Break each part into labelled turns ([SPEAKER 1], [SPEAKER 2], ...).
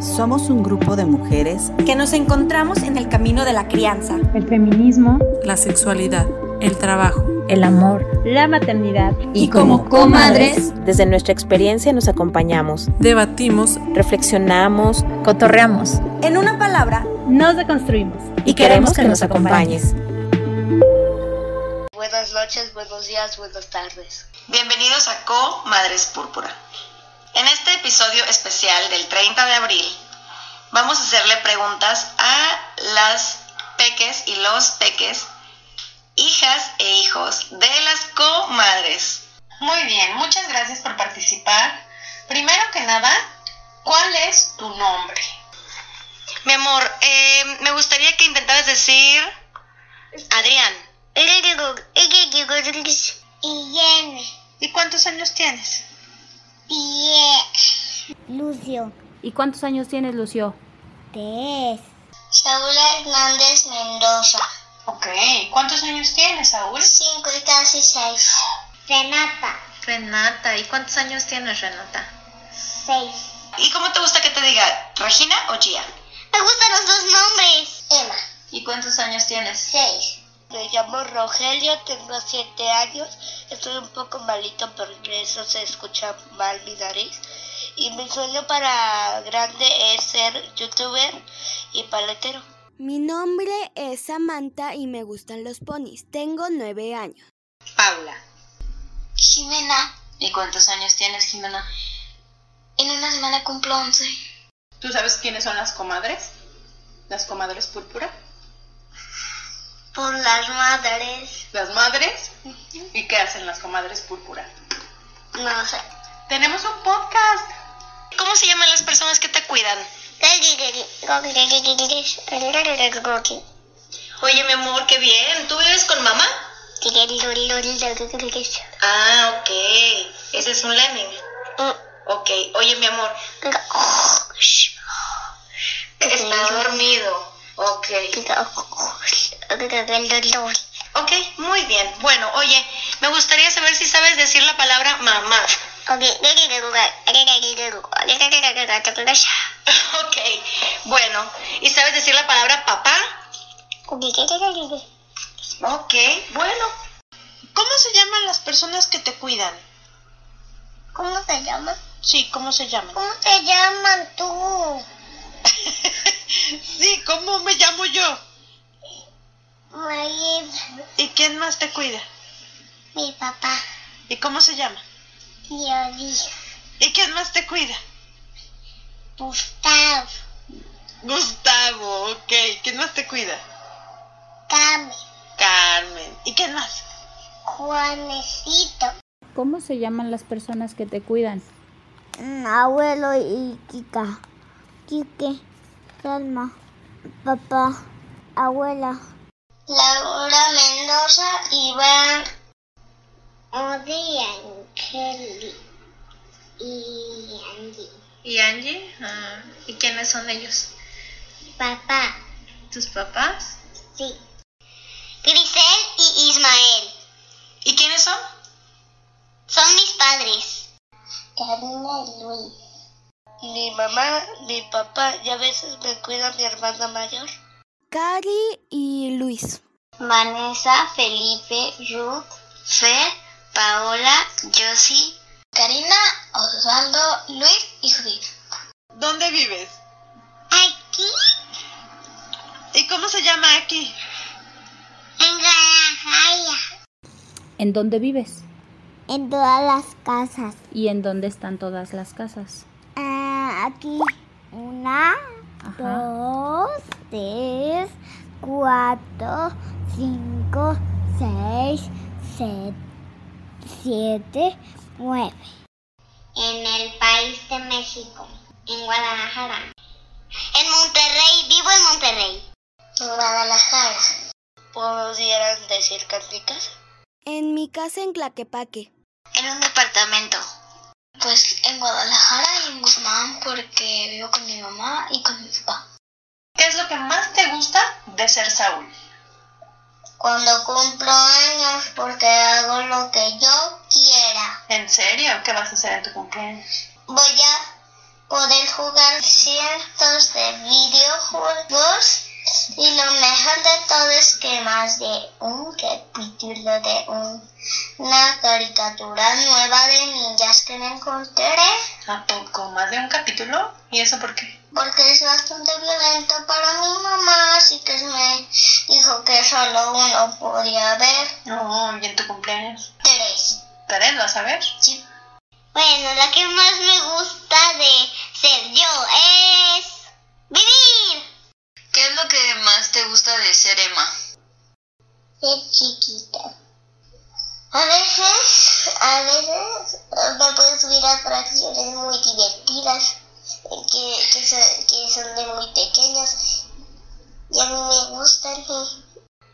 [SPEAKER 1] Somos un grupo de mujeres
[SPEAKER 2] que nos encontramos en el camino de la crianza,
[SPEAKER 3] el feminismo,
[SPEAKER 4] la sexualidad, el trabajo,
[SPEAKER 5] el amor,
[SPEAKER 6] la maternidad.
[SPEAKER 7] Y, y como, como comadres,
[SPEAKER 8] desde nuestra experiencia nos acompañamos,
[SPEAKER 4] debatimos,
[SPEAKER 8] reflexionamos,
[SPEAKER 5] cotorreamos.
[SPEAKER 2] En una palabra,
[SPEAKER 6] nos deconstruimos.
[SPEAKER 8] Y, y queremos, queremos que, que nos acompañes. acompañes.
[SPEAKER 9] Buenas noches, buenos días, buenas tardes.
[SPEAKER 10] Bienvenidos a Co Madres Púrpura. En este episodio especial del 30 de abril vamos a hacerle preguntas a las peques y los peques, hijas e hijos de las comadres.
[SPEAKER 11] Muy bien, muchas gracias por participar. Primero que nada, ¿cuál es tu nombre?
[SPEAKER 12] Mi amor, eh, me gustaría que intentaras decir Adrián.
[SPEAKER 11] ¿Y cuántos años tienes?
[SPEAKER 13] Diez. Lucio.
[SPEAKER 14] ¿Y cuántos años tienes, Lucio?
[SPEAKER 13] Tres.
[SPEAKER 15] Saúl Hernández Mendoza.
[SPEAKER 11] Ok. ¿Cuántos años tienes, Saúl?
[SPEAKER 15] Cinco y casi seis.
[SPEAKER 13] Renata.
[SPEAKER 11] Renata. ¿Y cuántos años tienes, Renata?
[SPEAKER 13] Seis.
[SPEAKER 10] ¿Y cómo te gusta que te diga, Regina o Gia?
[SPEAKER 15] Me gustan los dos nombres.
[SPEAKER 11] Emma. ¿Y cuántos años tienes?
[SPEAKER 15] Seis.
[SPEAKER 16] Me llamo Rogelio, tengo siete años, estoy un poco malito porque eso se escucha mal mi nariz. Y mi sueño para grande es ser youtuber y paletero.
[SPEAKER 17] Mi nombre es Samantha y me gustan los ponis. Tengo nueve años.
[SPEAKER 11] Paula.
[SPEAKER 15] Jimena.
[SPEAKER 11] ¿Y cuántos años tienes, Jimena?
[SPEAKER 15] En una semana cumplo once.
[SPEAKER 11] ¿Tú sabes quiénes son las comadres? ¿Las comadres púrpura?
[SPEAKER 15] Por las madres.
[SPEAKER 11] ¿Las madres? ¿Y qué hacen las comadres púrpura?
[SPEAKER 15] No sé.
[SPEAKER 11] Tenemos un podcast.
[SPEAKER 12] ¿Cómo se llaman las personas que te cuidan? Oye, mi amor, qué bien. ¿Tú vives con mamá? Ah, ok. Ese es un lemming.
[SPEAKER 15] Mm.
[SPEAKER 12] Ok. Oye, mi amor. Está dormido. Ok. Ok, muy bien. Bueno, oye, me gustaría saber si sabes decir la palabra mamá. Ok, bueno, ¿y sabes decir la palabra papá? Ok, bueno.
[SPEAKER 11] ¿Cómo se llaman las personas que te cuidan?
[SPEAKER 15] ¿Cómo se llaman?
[SPEAKER 11] Sí, ¿cómo se llaman?
[SPEAKER 15] ¿Cómo te llaman tú?
[SPEAKER 11] sí, ¿cómo me llamo yo? ¿Y quién más te cuida?
[SPEAKER 15] Mi papá.
[SPEAKER 11] ¿Y cómo se llama?
[SPEAKER 15] Yoli.
[SPEAKER 11] ¿Y quién más te cuida?
[SPEAKER 15] Gustavo.
[SPEAKER 11] Gustavo, ok. ¿Quién más te cuida?
[SPEAKER 15] Carmen.
[SPEAKER 11] Carmen. ¿Y quién más?
[SPEAKER 15] Juanecito.
[SPEAKER 14] ¿Cómo se llaman las personas que te cuidan?
[SPEAKER 13] Mm, Abuelo y Kika. Quique. Calma. Papá. Abuela.
[SPEAKER 15] Laura Mendoza, Iván, Odi, Angeli y Angie.
[SPEAKER 11] ¿Y Angie? Ah, ¿Y quiénes son ellos?
[SPEAKER 15] Papá.
[SPEAKER 11] ¿Tus papás?
[SPEAKER 15] Sí. Grisel y Ismael.
[SPEAKER 11] ¿Y quiénes son?
[SPEAKER 15] Son mis padres. Karina y Luis.
[SPEAKER 16] Mi mamá, mi papá y a veces me cuida mi hermana mayor.
[SPEAKER 17] Cari y Luis.
[SPEAKER 15] Vanessa, Felipe, Ruth, Fer, Paola, Josie, Karina, Osvaldo, Luis y Judith.
[SPEAKER 11] ¿Dónde vives?
[SPEAKER 15] Aquí.
[SPEAKER 11] ¿Y cómo se llama aquí?
[SPEAKER 15] En Guadalajara.
[SPEAKER 14] ¿En dónde vives?
[SPEAKER 13] En todas las casas.
[SPEAKER 14] ¿Y en dónde están todas las casas?
[SPEAKER 13] Uh, aquí. Una, Ajá. dos, tres, cuatro, cinco, seis, set, siete, nueve.
[SPEAKER 15] En el país de México, en Guadalajara. En Monterrey, vivo en Monterrey. En Guadalajara.
[SPEAKER 16] ¿Pudieran decir que en mi casa?
[SPEAKER 17] En mi casa en Tlaquepaque.
[SPEAKER 15] En un departamento.
[SPEAKER 6] Pues en Guadalajara y en Guzmán porque vivo con mi mamá y con mi papá.
[SPEAKER 10] ¿Qué es lo que más te gusta de ser Saúl?
[SPEAKER 15] Cuando cumplo años porque hago lo que yo quiera.
[SPEAKER 10] ¿En serio? ¿Qué vas a hacer en tu cumpleaños?
[SPEAKER 15] Voy a poder jugar cientos de videojuegos y lo mejor de todo es que más de un capítulo de un, una caricatura nueva de ninjas que me encontré.
[SPEAKER 18] ¿A poco? ¿Más de un capítulo? ¿Y eso por qué?
[SPEAKER 15] Porque es bastante violento para mi mamá, así que me dijo que solo uno podía ver.
[SPEAKER 18] No, oh, ¿y en tu cumpleaños?
[SPEAKER 15] Tres.
[SPEAKER 18] ¿Tres? ¿Vas a ver?
[SPEAKER 15] Sí. Bueno, la que más me gusta de ser yo es vivir.
[SPEAKER 9] ¿Qué es lo que más te gusta de ser Emma?
[SPEAKER 15] Ser chiquita. A veces, a veces eh, me puedo subir a fracciones muy divertidas eh, que, que, son, que son de muy pequeñas y a mí me gustan.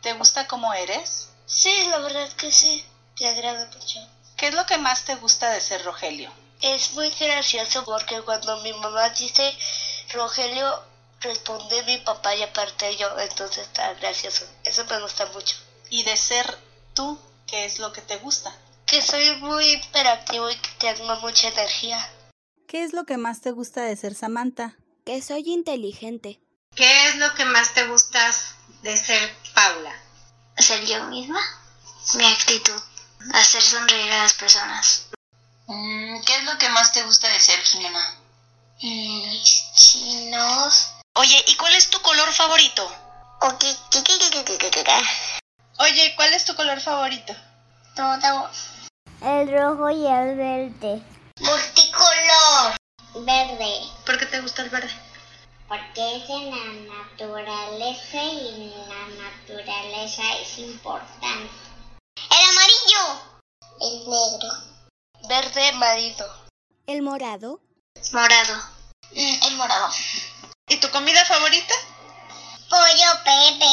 [SPEAKER 18] ¿Te gusta cómo eres?
[SPEAKER 15] Sí, la verdad que sí. Te agrada mucho.
[SPEAKER 18] ¿Qué es lo que más te gusta de ser Rogelio?
[SPEAKER 16] Es muy gracioso porque cuando mi mamá dice Rogelio, responde mi papá y aparte yo, entonces está gracioso. Eso me gusta mucho.
[SPEAKER 18] ¿Y de ser tú, qué es lo que te gusta?
[SPEAKER 16] Que soy muy hiperactivo y que tengo mucha energía.
[SPEAKER 1] ¿Qué es lo que más te gusta de ser Samantha?
[SPEAKER 19] Que soy inteligente.
[SPEAKER 3] ¿Qué es lo que más te gusta de ser Paula?
[SPEAKER 6] Ser yo misma. Mi actitud hacer sonreír a las personas.
[SPEAKER 9] ¿Qué es lo que más te gusta de ser Jimena?
[SPEAKER 6] Mm,
[SPEAKER 15] Mis chinos.
[SPEAKER 12] Oye, ¿y cuál es tu color favorito?
[SPEAKER 18] Oye, ¿cuál es tu color favorito?
[SPEAKER 15] Todo.
[SPEAKER 8] El rojo y el verde.
[SPEAKER 15] Multicolor. Verde.
[SPEAKER 18] ¿Por qué te gusta el verde?
[SPEAKER 15] Porque es en la naturaleza y la naturaleza es importante. El amarillo. El negro.
[SPEAKER 16] Verde marido.
[SPEAKER 19] El morado.
[SPEAKER 6] Morado.
[SPEAKER 15] Mm, el morado.
[SPEAKER 18] ¿Y tu comida favorita?
[SPEAKER 15] Pollo Pepe.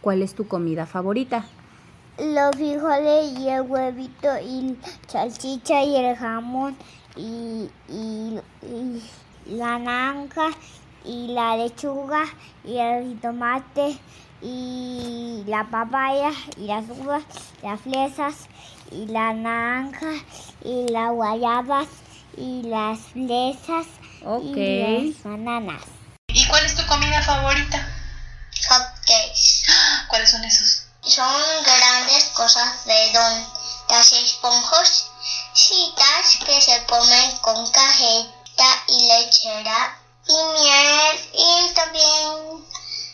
[SPEAKER 14] ¿Cuál es tu comida favorita?
[SPEAKER 8] Los frijoles y el huevito y salchicha y el jamón y, y, y la naranja y la lechuga y el tomate y la papaya y las uvas, las fresas y la naranja y las guayabas y las fresas
[SPEAKER 14] okay.
[SPEAKER 8] y las bananas.
[SPEAKER 18] ¿Y cuál es tu comida favorita?
[SPEAKER 15] Hotcakes.
[SPEAKER 18] ¿Cuáles son esos?
[SPEAKER 15] Son grandes cosas de don, las esponjositas que se comen con cajeta y lechera y miel y también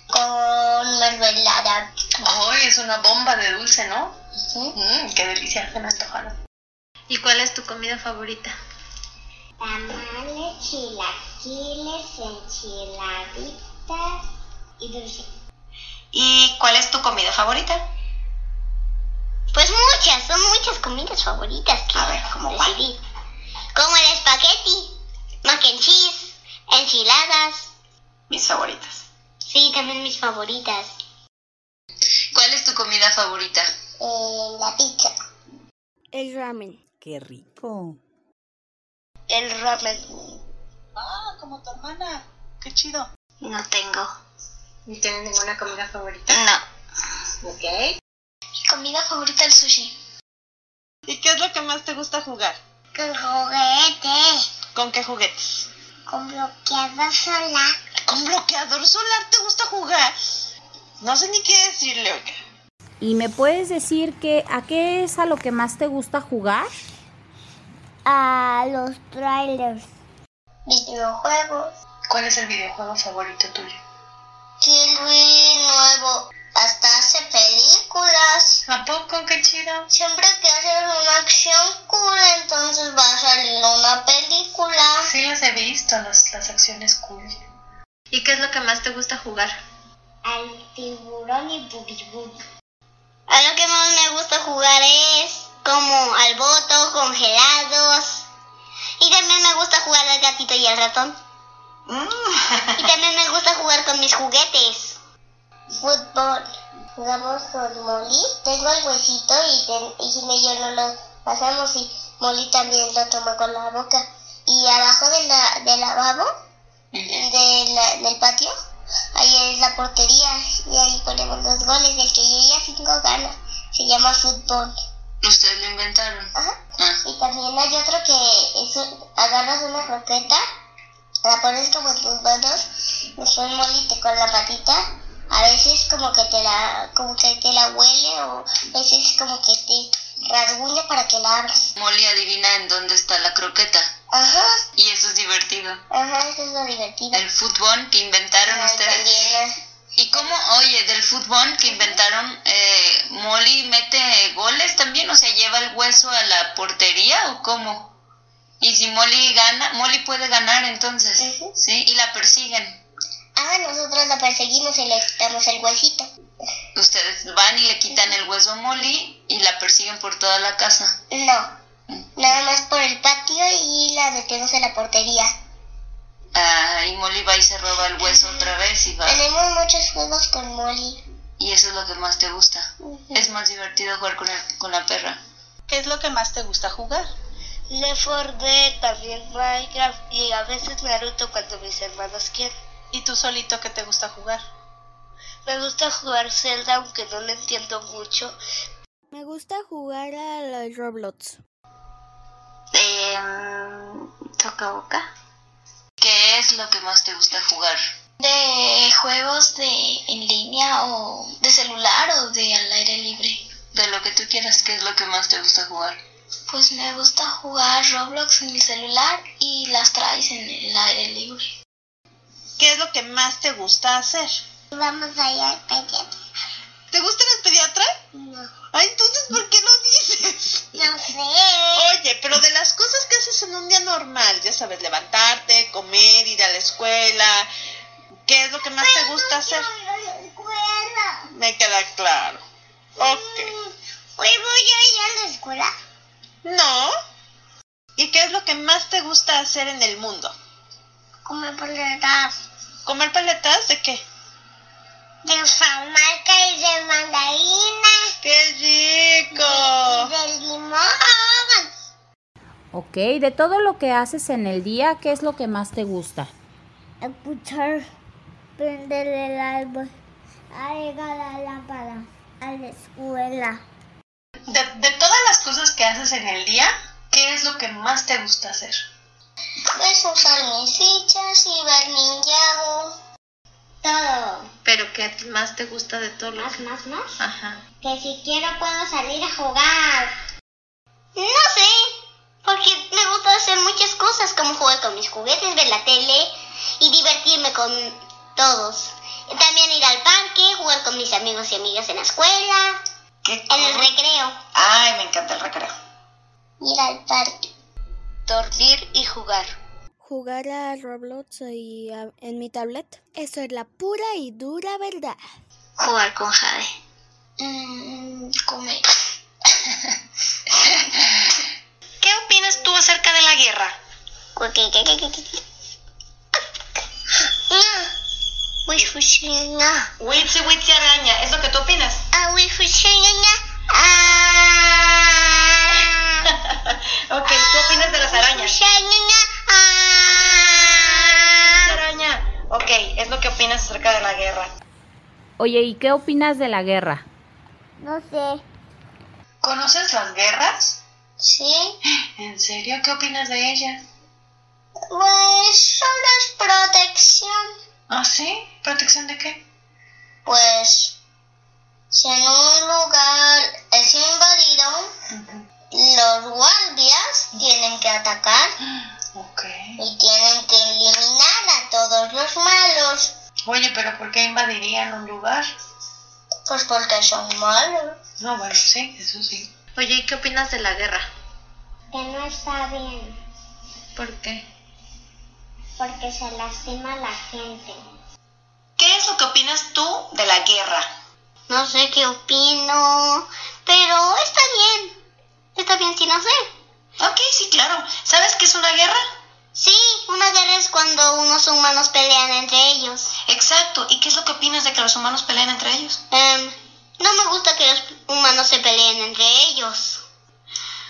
[SPEAKER 15] con mermelada.
[SPEAKER 18] Oh, es una bomba de dulce, ¿no? Uh -huh. mm, qué delicia, se me antojaron.
[SPEAKER 3] ¿Y cuál es tu comida favorita?
[SPEAKER 15] Tamales, chilaquiles, enchiladitas y dulce.
[SPEAKER 18] ¿Y cuál es tu comida favorita?
[SPEAKER 15] Pues muchas, son muchas comidas favoritas que
[SPEAKER 18] A ver, ¿cómo decidí.
[SPEAKER 15] Cuál? Como el espagueti, mac and cheese, enchiladas.
[SPEAKER 18] Mis favoritas.
[SPEAKER 15] Sí, también mis favoritas.
[SPEAKER 9] ¿Cuál es tu comida favorita?
[SPEAKER 15] Eh, la pizza.
[SPEAKER 19] El ramen.
[SPEAKER 1] Qué rico.
[SPEAKER 16] El ramen.
[SPEAKER 18] Ah, como tu hermana. Qué chido.
[SPEAKER 9] No tengo.
[SPEAKER 3] ¿No tienes ninguna comida favorita?
[SPEAKER 9] No.
[SPEAKER 3] Ok.
[SPEAKER 6] Mi comida favorita el sushi.
[SPEAKER 18] ¿Y qué es lo que más te gusta jugar?
[SPEAKER 15] Con juguetes.
[SPEAKER 18] ¿Con qué juguetes?
[SPEAKER 15] Con bloqueador solar.
[SPEAKER 18] ¿Con bloqueador solar te gusta jugar? No sé ni qué decirle, oiga.
[SPEAKER 14] ¿Y me puedes decir que a qué es a lo que más te gusta jugar?
[SPEAKER 8] A los trailers.
[SPEAKER 15] Videojuegos.
[SPEAKER 18] ¿Cuál es el videojuego favorito tuyo?
[SPEAKER 15] Kill nuevo. Hasta hace películas.
[SPEAKER 18] ¿A poco? ¡Qué chido!
[SPEAKER 15] Siempre que haces una acción cool, entonces va a salir una película.
[SPEAKER 18] Sí, las he visto, las, las acciones cool.
[SPEAKER 3] ¿Y qué es lo que más te gusta jugar?
[SPEAKER 15] Al tiburón y boogie boogie. A lo que más me gusta jugar es como al boto, congelados. Y también me gusta jugar al gatito y al ratón. Mm. y también me gusta jugar con mis juguetes. Fútbol. Jugamos con Molly. Tengo el huesito y, ten, y yo no lo pasamos y Molly también lo toma con la boca. Y abajo de la, del lavabo de la, del patio, ahí es la portería y ahí ponemos los goles. El que llega a cinco gana, se llama fútbol.
[SPEAKER 9] Ustedes lo inventaron.
[SPEAKER 15] Ajá. Ah. Y también hay otro que es, un- agarras una croqueta, la pones como en tus manos, después molite con la patita. A veces como que te la, como que te la huele o a veces como que te rasguña para que la abras.
[SPEAKER 9] Molly adivina en dónde está la croqueta.
[SPEAKER 15] Ajá,
[SPEAKER 9] Y eso es divertido.
[SPEAKER 15] ajá, eso es lo divertido.
[SPEAKER 9] El fútbol que inventaron
[SPEAKER 15] Ay,
[SPEAKER 9] ustedes.
[SPEAKER 15] también, ah.
[SPEAKER 9] ¿Y cómo, oye, del fútbol que inventaron, eh, Molly mete goles también? O sea, ¿lleva el hueso a la portería o cómo? Y si Molly gana, Molly puede ganar entonces, ¿sí? Y la persiguen.
[SPEAKER 15] Ah, nosotros la perseguimos y le quitamos el huesito.
[SPEAKER 9] Ustedes van y le quitan el hueso a Molly y la persiguen por toda la casa.
[SPEAKER 15] No, nada más por el patio y la metemos en la portería.
[SPEAKER 9] Ah, y Molly va y se roba el hueso otra vez y va.
[SPEAKER 15] Tenemos muchos juegos con Molly.
[SPEAKER 9] Y eso es lo que más te gusta. Es más divertido jugar con, el- con la perra.
[SPEAKER 18] ¿Qué es lo que más te gusta jugar?
[SPEAKER 16] Left 4 Dead, también Minecraft y a veces Naruto cuando mis hermanos quieren.
[SPEAKER 18] ¿Y tú solito qué te gusta jugar?
[SPEAKER 16] Me gusta jugar Zelda aunque no lo entiendo mucho.
[SPEAKER 19] Me gusta jugar a los Roblox.
[SPEAKER 9] Em, toca boca. ¿Qué es lo que más te gusta jugar?
[SPEAKER 6] De juegos de en línea o de celular o de al aire libre.
[SPEAKER 9] De lo que tú quieras, ¿qué es lo que más te gusta jugar?
[SPEAKER 6] Pues me gusta jugar Roblox en el celular y las traes en el aire libre.
[SPEAKER 18] ¿Qué es lo que más te gusta hacer?
[SPEAKER 15] Vamos allá al pediatra.
[SPEAKER 18] ¿Te gusta el pediatra?
[SPEAKER 15] No,
[SPEAKER 18] Ay, entonces, ¿por qué lo dices?
[SPEAKER 15] no sé.
[SPEAKER 18] Oye, pero de las cosas que haces en un día normal, ya sabes, levantarte, comer, ir a la escuela, ¿qué es lo que más te gusta hacer? Me queda claro. Ok.
[SPEAKER 15] Hoy voy a ir a la escuela.
[SPEAKER 18] ¿No? ¿Y qué es lo que más te gusta hacer en el mundo?
[SPEAKER 15] Comer paletas
[SPEAKER 18] ¿Comer paletas de qué?
[SPEAKER 15] de farmaca y de mandarina
[SPEAKER 18] ¡Qué
[SPEAKER 15] y
[SPEAKER 18] rico!
[SPEAKER 15] de limón.
[SPEAKER 14] Ok, de todo lo que haces en el día, ¿qué es lo que más te gusta?
[SPEAKER 8] Escuchar, prender el árbol, arreglar la lámpara, a la escuela.
[SPEAKER 18] De, de todas las cosas que haces en el día, ¿qué es lo que más te gusta hacer?
[SPEAKER 15] Pues usar mis fichas y ver Ninjago. Todo.
[SPEAKER 11] Pero que más te gusta de todo lo
[SPEAKER 15] Más, más, más.
[SPEAKER 11] Ajá.
[SPEAKER 15] Que si quiero puedo salir a jugar. No sé, porque me gusta hacer muchas cosas como jugar con mis juguetes, ver la tele y divertirme con todos. También ir al parque, jugar con mis amigos y amigas en la escuela,
[SPEAKER 11] ¿Qué
[SPEAKER 15] en el recreo.
[SPEAKER 11] Ay, me encanta el recreo.
[SPEAKER 15] Ir al parque.
[SPEAKER 16] Dormir y jugar.
[SPEAKER 19] Jugar a Roblox y a- en mi tablet. Eso es la pura y dura verdad.
[SPEAKER 6] Jugar con Jade.
[SPEAKER 15] Mm, comer.
[SPEAKER 12] ¿Qué opinas tú acerca de la guerra?
[SPEAKER 15] Ah, Wishfushina.
[SPEAKER 18] Witsi, witsi, araña. ¿Es lo que tú opinas?
[SPEAKER 15] Ah, wishfushina. Ah.
[SPEAKER 18] ok, ¿tú opinas de las arañas?
[SPEAKER 15] Wishfushina. Ah.
[SPEAKER 18] Araña. Ok, es lo que opinas acerca de la guerra.
[SPEAKER 14] Oye, ¿y qué opinas de la guerra?
[SPEAKER 15] No sé.
[SPEAKER 11] ¿Conoces las guerras?
[SPEAKER 15] Sí.
[SPEAKER 11] ¿En serio? ¿Qué opinas de ellas?
[SPEAKER 15] Pues solo es protección.
[SPEAKER 11] ¿Ah, sí? ¿Protección de qué?
[SPEAKER 15] Pues si en un lugar es invadido, los guardias tienen que atacar
[SPEAKER 11] Ok.
[SPEAKER 15] y tienen que eliminar a todos los malos,
[SPEAKER 11] Oye, pero ¿por qué invadirían un lugar?
[SPEAKER 15] pues porque son malos.
[SPEAKER 11] No, bueno, sí, eso sí. Oye, ¿y qué opinas de la guerra?
[SPEAKER 15] Que no está bien,
[SPEAKER 11] ¿Por qué?
[SPEAKER 15] porque se lastima la gente.
[SPEAKER 11] ¿Qué es lo que opinas tú de la guerra?
[SPEAKER 15] No sé qué opino, pero está bien. Está bien si no sé.
[SPEAKER 11] Ok, sí, claro. ¿Sabes qué es una guerra?
[SPEAKER 15] Sí, una guerra es cuando unos humanos pelean entre ellos.
[SPEAKER 11] Exacto. ¿Y qué es lo que opinas de que los humanos pelean entre ellos?
[SPEAKER 15] Em, no me gusta que los humanos se peleen entre ellos.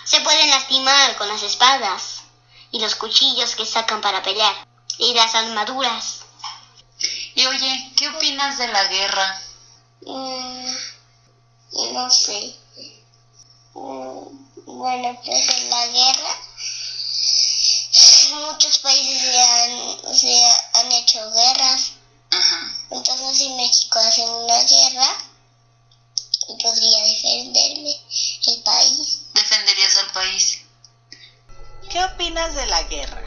[SPEAKER 15] Se pueden lastimar con las espadas y los cuchillos que sacan para pelear y las armaduras.
[SPEAKER 9] Y oye, ¿qué opinas de la guerra?
[SPEAKER 15] Mm, no sé. Bueno, pues en la guerra muchos países se han, se han hecho guerras. Entonces si México hace una guerra, podría defenderme el país.
[SPEAKER 9] ¿Defenderías al país?
[SPEAKER 11] ¿Qué opinas de la guerra?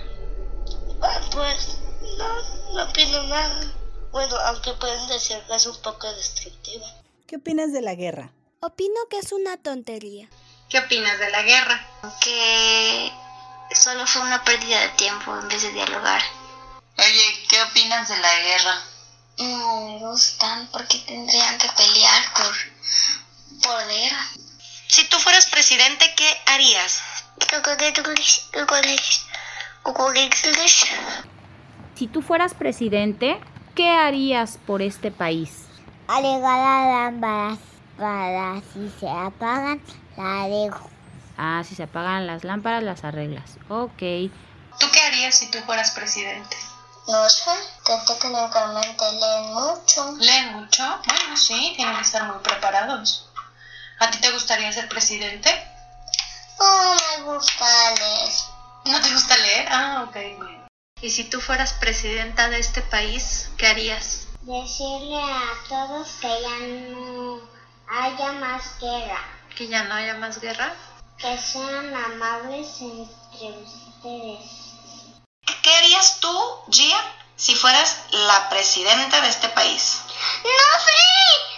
[SPEAKER 16] Ah, pues no, no opino nada. Bueno, aunque pueden decir que es un poco destructiva.
[SPEAKER 1] ¿Qué opinas de la guerra?
[SPEAKER 19] Opino que es una tontería.
[SPEAKER 3] ¿Qué opinas de la guerra?
[SPEAKER 6] Que solo fue una pérdida de tiempo en vez de dialogar.
[SPEAKER 9] Oye, ¿qué opinas de la guerra?
[SPEAKER 6] No me gustan porque tendrían que pelear por poder.
[SPEAKER 11] Si tú fueras presidente, ¿qué harías?
[SPEAKER 14] Si tú fueras presidente, ¿qué harías por este país?
[SPEAKER 8] Alegar a lámparas para si se apagan, la dejo.
[SPEAKER 14] Ah, si se apagan las lámparas, las arreglas. Ok.
[SPEAKER 9] ¿Tú qué harías si tú fueras presidente?
[SPEAKER 15] No sé, tendré que normalmente leen mucho.
[SPEAKER 9] ¿Leen mucho? Bueno, sí, tienen que estar muy preparados. ¿A ti te gustaría ser presidente?
[SPEAKER 6] Oh,
[SPEAKER 15] No me gusta leer.
[SPEAKER 9] ¿No te gusta leer? Ah, ok, bien.
[SPEAKER 11] ¿Y si tú fueras presidenta de este país, qué harías?
[SPEAKER 15] Decirle a todos que ya no haya más guerra.
[SPEAKER 11] ¿Que ya no haya más guerra?
[SPEAKER 15] Que sean amables entre ustedes.
[SPEAKER 11] ¿Qué harías tú, Gia, si fueras la presidenta de este país?
[SPEAKER 15] No sé,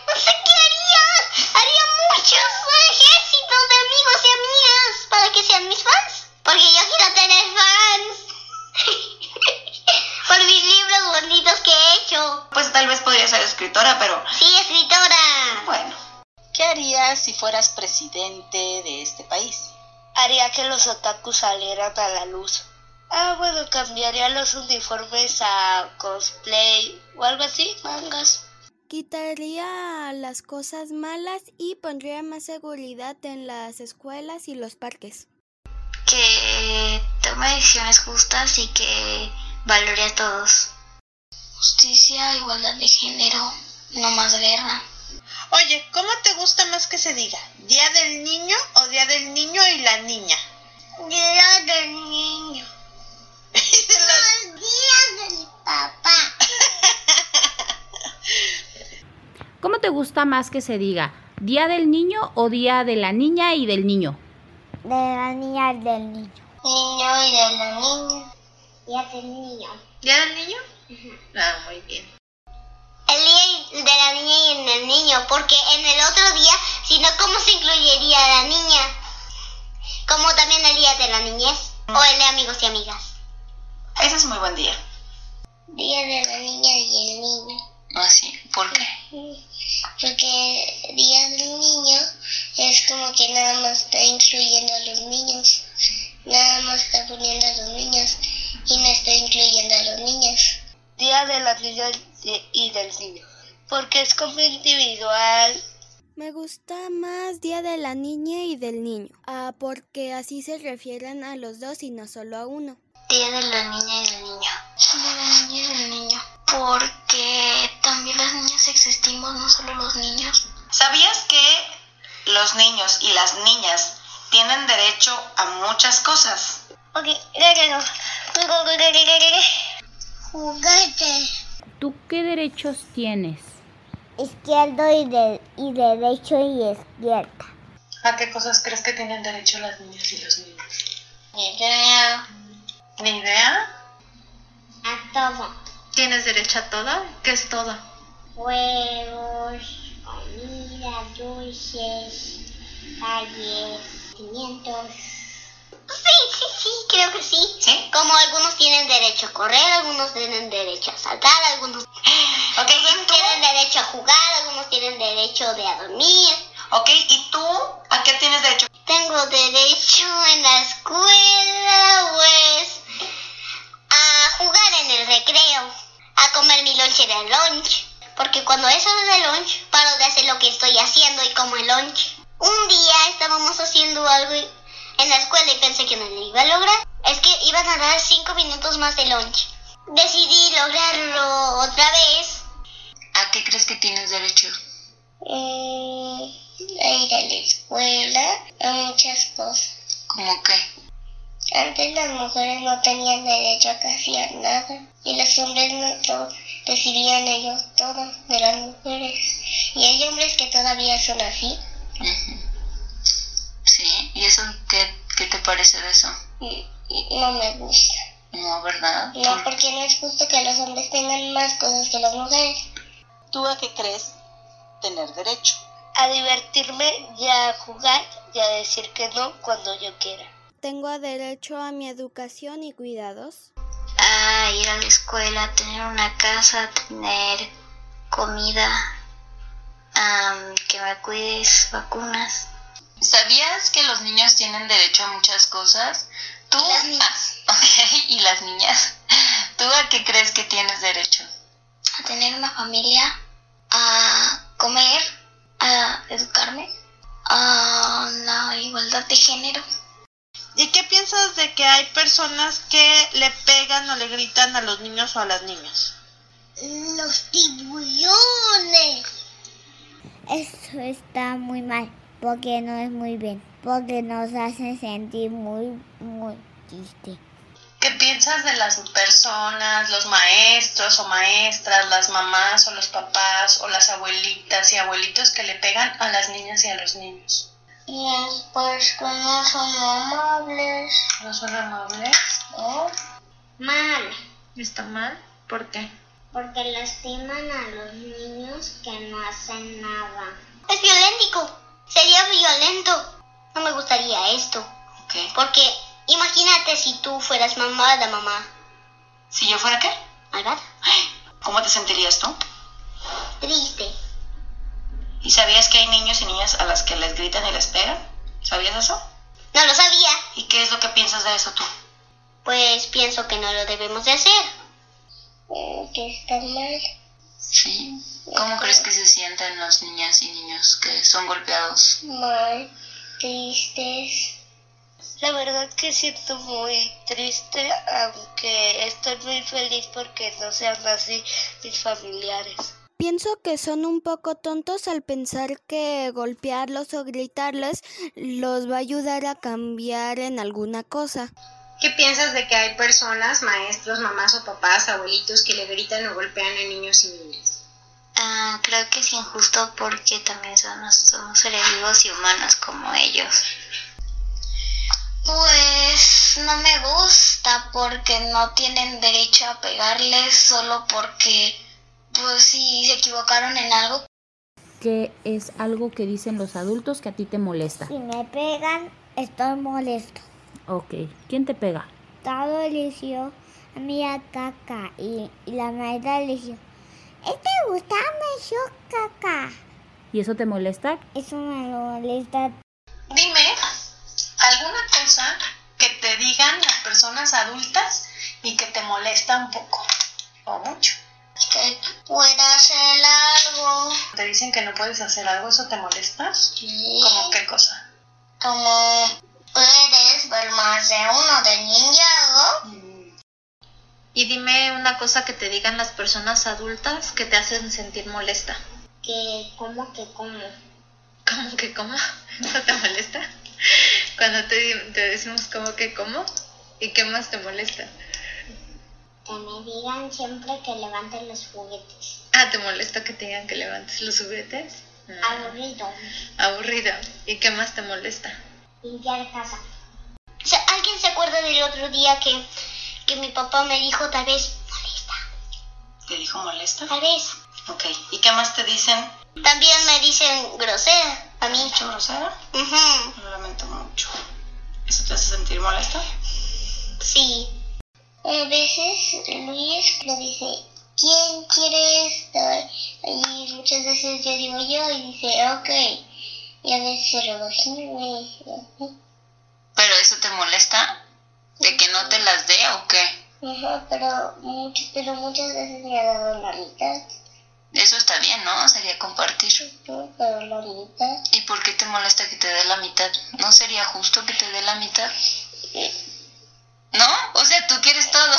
[SPEAKER 15] no sé qué haría. Haría muchos ejércitos de amigos y amigas para que sean mis fans. Porque yo quiero tener fans. Por mis libros bonitos que he hecho.
[SPEAKER 11] Pues tal vez podría ser escritora, pero...
[SPEAKER 15] Sí, escritora.
[SPEAKER 11] Bueno. ¿Qué harías si fueras presidente de este país?
[SPEAKER 16] Haría que los otakus salieran a la luz. Ah, bueno, cambiaría los uniformes a cosplay o algo así, mangas.
[SPEAKER 19] Quitaría las cosas malas y pondría más seguridad en las escuelas y los parques.
[SPEAKER 6] Que tome decisiones justas y que valore a todos. Justicia, igualdad de género, no más guerra.
[SPEAKER 18] Oye, ¿cómo te gusta más que se diga? ¿Día del niño o día del niño y la niña?
[SPEAKER 15] Día del niño. Los días del papá.
[SPEAKER 14] ¿Cómo te gusta más que se diga? ¿Día del niño o día de la niña y del niño?
[SPEAKER 8] De la niña y del niño.
[SPEAKER 15] Niño y de la niña. Día del niño.
[SPEAKER 11] ¿Día del niño? Uh -huh. Ah, muy bien.
[SPEAKER 15] El día de la niña y en el niño, porque en el otro día, si no, ¿cómo se incluiría la niña? Como también el día de la niñez o el de amigos y amigas.
[SPEAKER 11] Ese es muy buen día.
[SPEAKER 15] Día de la niña y el niño.
[SPEAKER 9] Ah, sí. ¿Por qué?
[SPEAKER 15] Porque Día del Niño es como que nada más está incluyendo a los niños, nada más está poniendo a los niños y no está incluyendo a los niños.
[SPEAKER 16] Día de la Niña y del Niño, porque es como individual.
[SPEAKER 19] Me gusta más Día de la Niña y del Niño, ah, porque así se refieren a los dos y no solo a uno.
[SPEAKER 6] Día de la Niña y del Niño. De la Niña y del Niño. Porque también las niñas existimos, no solo los niños.
[SPEAKER 11] ¿Sabías que los niños y las niñas tienen derecho a muchas cosas?
[SPEAKER 15] Ok, Juguete.
[SPEAKER 14] ¿Tú qué derechos tienes?
[SPEAKER 8] Izquierdo y, de, y derecho y izquierda.
[SPEAKER 9] ¿A qué cosas crees que tienen derecho las niñas y los niños?
[SPEAKER 15] Ni idea.
[SPEAKER 9] ¿Ni idea?
[SPEAKER 15] A todo.
[SPEAKER 11] ¿Tienes derecho a todo? ¿Qué es todo?
[SPEAKER 15] Huevos, comida, dulces, calles, pimientos. Sí, sí, sí, creo que sí.
[SPEAKER 11] ¿Sí?
[SPEAKER 15] Como algunos tienen derecho a correr, algunos tienen derecho a saltar, algunos
[SPEAKER 11] Ok, ¿y tú?
[SPEAKER 15] tienen derecho a jugar, algunos tienen derecho de a dormir.
[SPEAKER 11] Ok, ¿y tú a qué tienes derecho?
[SPEAKER 15] Tengo derecho en la escuela, pues, a jugar en el recreo, a comer mi lonche de lunch, porque cuando es hora de lunch, paro de hacer lo que estoy haciendo y como el lunch. Un día estábamos haciendo algo y en la escuela y pensé que no lo iba a lograr. Es que iban a dar cinco minutos más de lunch. Decidí lograrlo otra vez.
[SPEAKER 9] ¿A qué crees que tienes derecho?
[SPEAKER 15] Eh, a ir a la escuela, a muchas cosas.
[SPEAKER 9] ¿Cómo qué?
[SPEAKER 15] Antes las mujeres no tenían derecho a casi a nada y los hombres no lo recibían ellos todo de las mujeres. Y hay hombres que todavía son así.
[SPEAKER 9] Uh -huh. Sí, ¿y eso qué, qué te parece de eso?
[SPEAKER 15] No me gusta.
[SPEAKER 9] No, ¿verdad?
[SPEAKER 15] No, porque no es justo que los hombres tengan más cosas que las mujeres.
[SPEAKER 11] ¿Tú a qué crees tener derecho?
[SPEAKER 16] A divertirme y a jugar y a decir que no cuando yo quiera.
[SPEAKER 19] Tengo derecho a mi educación y cuidados.
[SPEAKER 6] A Ah, ir a la escuela, tener una casa, tener comida, um, que me cuides, vacunas.
[SPEAKER 9] ¿Sabías que los niños tienen derecho a muchas cosas? Tú,
[SPEAKER 15] las niñas.
[SPEAKER 9] Ah, ok, y las niñas. ¿Tú a qué crees que tienes derecho?
[SPEAKER 6] A tener una familia, a comer, a educarme, a la igualdad de género.
[SPEAKER 18] Ah, ¿Y qué piensas de que hay personas que le pegan o le gritan a los niños o a las niñas?
[SPEAKER 15] Los tiburones.
[SPEAKER 8] Eso está muy mal, porque no es muy bien, porque nos hace sentir muy, muy triste.
[SPEAKER 11] ¿Qué piensas de las personas, los maestros o maestras, las mamás o los papás o las abuelitas y abuelitos que le pegan a las niñas y a los niños?
[SPEAKER 15] Y pues que no son amables.
[SPEAKER 11] ¿No son amables?
[SPEAKER 15] ¿no? Mal,
[SPEAKER 11] ¿Está mal? ¿Por qué?
[SPEAKER 15] porque lastiman a los niños que no hacen nada. Es violento, sería violento. No me gustaría esto.
[SPEAKER 9] Ok.
[SPEAKER 15] Porque imagínate si tú fueras mamá de mamá.
[SPEAKER 11] ¿Si yo fuera qué?
[SPEAKER 15] Malvada.
[SPEAKER 11] ¿Cómo te sentirías tú?
[SPEAKER 15] Triste.
[SPEAKER 11] ¿Y sabías que hay niños y niñas a las que les gritan y les pegan? ¿Sabías eso?
[SPEAKER 15] No lo sabía.
[SPEAKER 11] ¿Y qué es lo que piensas de eso tú?
[SPEAKER 15] Pues pienso que no lo debemos de hacer. Que está mal.
[SPEAKER 9] Sí. ¿Cómo crees que se sienten las niñas y niños que son golpeados?
[SPEAKER 15] Mal, tristes.
[SPEAKER 16] La verdad que siento muy triste, aunque estoy muy feliz porque no sean así mis familiares.
[SPEAKER 19] Pienso que son un poco tontos al pensar que golpearlos o gritarles los va a ayudar a cambiar en alguna cosa.
[SPEAKER 3] ¿Qué piensas de que hay personas, maestros, mamás o papás, abuelitos que le gritan o golpean a niños y niñas?
[SPEAKER 6] Ah, creo que es injusto porque también somos, somos seres vivos y humanos como ellos.
[SPEAKER 15] Pues no me gusta porque no tienen derecho a pegarles solo porque, pues si se equivocaron en algo.
[SPEAKER 14] ¿Qué es algo que dicen los adultos que a ti te molesta?
[SPEAKER 8] Si me pegan, estoy molesto.
[SPEAKER 14] Ok, ¿quién te pega?
[SPEAKER 8] Todo eligió a mi caca y, y la maestra eligió. Este gusta yo caca.
[SPEAKER 14] ¿Y eso te molesta?
[SPEAKER 8] Eso me molesta.
[SPEAKER 11] Dime, ¿alguna cosa que te digan las personas adultas y que te molesta un poco o mucho?
[SPEAKER 15] pues, Que pueda hacer algo.
[SPEAKER 11] ¿Te dicen que no puedes hacer algo? ¿Eso te molesta?
[SPEAKER 15] Sí.
[SPEAKER 11] ¿Cómo qué cosa?
[SPEAKER 15] Como puedes ver más de uno de Ninjago.
[SPEAKER 5] Y dime una cosa que te digan las personas adultas que te hacen sentir molesta.
[SPEAKER 15] Que como que como.
[SPEAKER 5] ¿Cómo que cómo? ¿No te molesta? Cuando te, te decimos cómo que cómo, ¿y qué más te molesta?
[SPEAKER 15] Que me digan siempre que levanten los juguetes.
[SPEAKER 5] Ah, ¿te molesta que te digan que levantes los juguetes? Mm.
[SPEAKER 11] Ah,
[SPEAKER 15] Aburrido.
[SPEAKER 5] Aburrido. ¿Y qué más te molesta?
[SPEAKER 15] Limpiar casa. ¿Alguien se acuerda del otro día que, que mi papá me dijo tal vez molesta?
[SPEAKER 11] ¿Te dijo molesta?
[SPEAKER 15] Tal vez.
[SPEAKER 11] Ok. ¿Y qué más te dicen?
[SPEAKER 15] También me dicen grosera a mí.
[SPEAKER 11] ¿Mucho grosera?
[SPEAKER 15] Ujú,
[SPEAKER 11] Lo lamento mucho. ¿Eso te hace sentir molesta?
[SPEAKER 15] Sí. A veces Luis lo dice, ¿quién quiere esto? Y muchas veces yo digo yo y dice, ok. Y a veces se rebajina y así.
[SPEAKER 9] ¿Pero eso te molesta? ¿De que no te las dé o qué?
[SPEAKER 15] Ajá, pero, mucho, pero muchas veces me ha dado la mitad.
[SPEAKER 9] Eso está bien, ¿no? Sería compartir.
[SPEAKER 15] Yo, pero la mitad.
[SPEAKER 9] ¿Y por qué te molesta que te dé la mitad? ¿No sería justo que te dé la mitad? ¿No? O sea, tú quieres todo.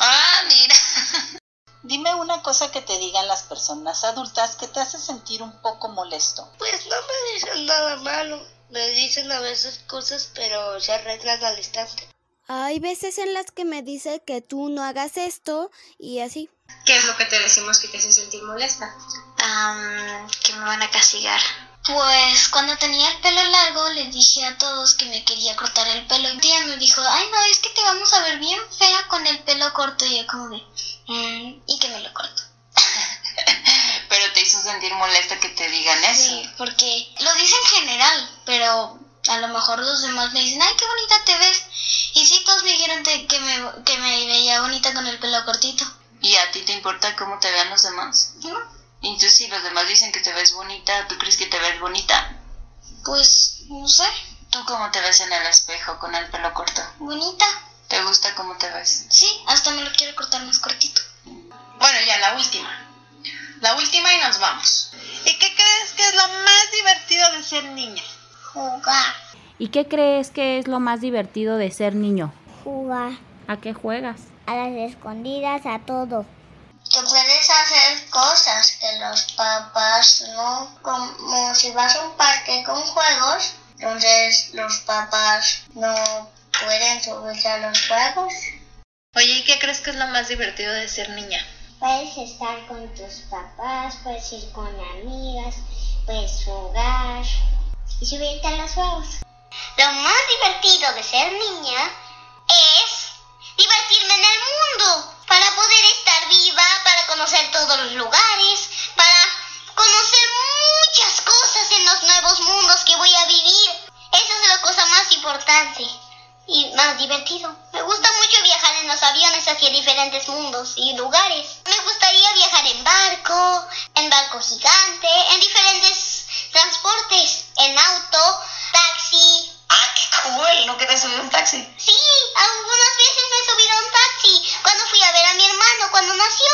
[SPEAKER 9] ah, mira.
[SPEAKER 20] Dime una cosa que te digan las personas adultas que te hace sentir un poco molesto.
[SPEAKER 16] Pues no me dicen nada malo. Me dicen a veces cosas, pero se arreglan al instante.
[SPEAKER 19] Hay veces en las que me dice que tú no hagas esto y así.
[SPEAKER 3] ¿Qué es lo que te decimos que te hace sentir molesta?
[SPEAKER 6] Um, que me van a castigar.
[SPEAKER 15] Pues cuando tenía el pelo largo le dije a todos que me quería cortar el pelo. Un día me dijo, ay no, es que te vamos a ver bien fea con el pelo corto. Y yo como de, mm, y que me lo corto.
[SPEAKER 9] pero te hizo sentir molesta que te digan eso.
[SPEAKER 15] Sí, porque lo dice en general, pero a lo mejor los demás me dicen, ay, qué bonita te ves. Y sí, todos me dijeron te- que, me, que me veía bonita con el pelo cortito.
[SPEAKER 9] ¿Y a ti te importa cómo te vean los demás?
[SPEAKER 15] No,
[SPEAKER 9] Entonces, si los demás dicen que te ves bonita, ¿tú crees que te ves bonita?
[SPEAKER 15] Pues no sé,
[SPEAKER 9] ¿Tú cómo te ves en el espejo con el pelo corto?
[SPEAKER 15] bonita.
[SPEAKER 9] ¿Te gusta cómo te ves?
[SPEAKER 15] Sí, hasta me lo quiero cortar más cortito.
[SPEAKER 11] Bueno, ya la última. La última y nos vamos. ¿Y qué crees que es lo más divertido de ser niña?
[SPEAKER 15] Jugar,
[SPEAKER 14] ¿Y qué crees que es lo más divertido de ser niño?
[SPEAKER 8] jugar
[SPEAKER 14] ¿A qué juegas?
[SPEAKER 8] a las escondidas, a todo.
[SPEAKER 15] que puedes hacer cosas que los papás no, como si vas a un parque con juegos, entonces los papás no pueden subirse a los juegos.
[SPEAKER 5] Oye, ¿y qué crees que es lo más divertido de ser niña?
[SPEAKER 8] Puedes estar con tus papás, puedes ir con amigas, puedes jugar y subirte a los juegos.
[SPEAKER 15] Lo más divertido de ser niña es divertirme en el mundo para poder estar viva, para conocer todos los lugares, para conocer muchas cosas en los nuevos mundos que voy a vivir. Esa es la cosa más importante y más divertido. Me gusta mucho viajar en los aviones hacia diferentes mundos y lugares. Me gustaría viajar en barco, en barco gigante, en diferentes transportes, en auto, taxi,
[SPEAKER 11] ¡Ah, qué cool! ¿No quieres subir un taxi?
[SPEAKER 15] Sí, algunas veces me he subido a un taxi cuando fui a ver a mi hermano cuando nació.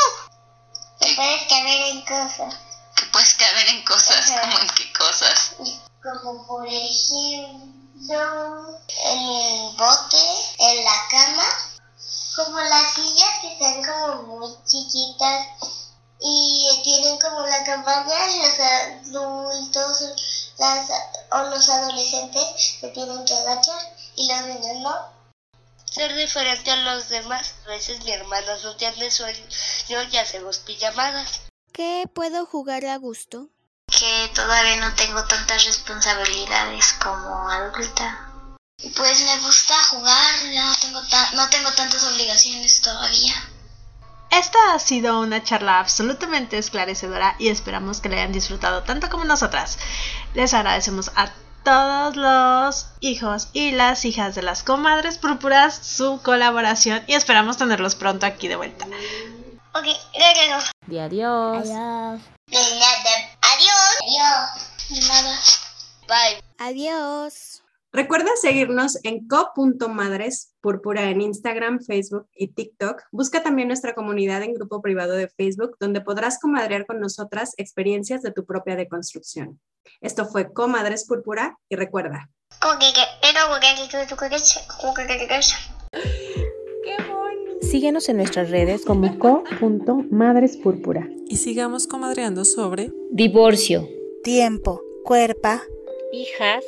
[SPEAKER 15] Te puedes caer en cosas,
[SPEAKER 9] Que puedes caber en cosas,
[SPEAKER 15] Ajá.
[SPEAKER 9] como en qué cosas.
[SPEAKER 15] como por ejemplo en el bote, en la cama, como las sillas que están como muy chiquitas y tienen como la campaña los adultos las, o los adolescentes se tienen que agachar y los niños no.
[SPEAKER 16] Ser diferente a los demás. A veces mi hermano no tiene sueño y hacemos pijamadas.
[SPEAKER 19] ¿Qué puedo jugar a gusto?
[SPEAKER 6] Que todavía no tengo tantas responsabilidades como adulta.
[SPEAKER 15] Pues me gusta jugar, ya no tengo, ta- no tengo tantas obligaciones todavía.
[SPEAKER 21] Esta ha sido una charla absolutamente esclarecedora y esperamos que la hayan disfrutado tanto como nosotras. Les agradecemos a todos los hijos y las hijas de las comadres púrpuras su colaboración y esperamos tenerlos pronto aquí de vuelta.
[SPEAKER 15] Ok, gracias.
[SPEAKER 14] De adiós.
[SPEAKER 15] De nada. Adiós. Adiós. De nada. Bye.
[SPEAKER 19] Adiós.
[SPEAKER 2] Recuerda seguirnos en co.madres púrpura en Instagram, Facebook y TikTok. Busca también nuestra comunidad en grupo privado de Facebook, donde podrás comadrear con nosotras experiencias de tu propia deconstrucción. Esto fue Comadres Púrpura y recuerda.
[SPEAKER 22] Síguenos en nuestras redes como co.madrespúrpura.
[SPEAKER 4] Y sigamos comadreando sobre
[SPEAKER 7] Divorcio.
[SPEAKER 22] Tiempo, cuerpa,
[SPEAKER 7] Hijas,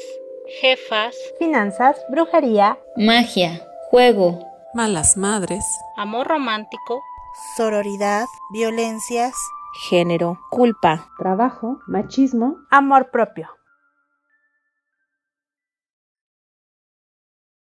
[SPEAKER 7] jefas,
[SPEAKER 22] finanzas, brujería,
[SPEAKER 7] magia, juego,
[SPEAKER 4] malas madres,
[SPEAKER 7] amor romántico,
[SPEAKER 22] sororidad, violencias, género, culpa, trabajo, machismo, amor propio.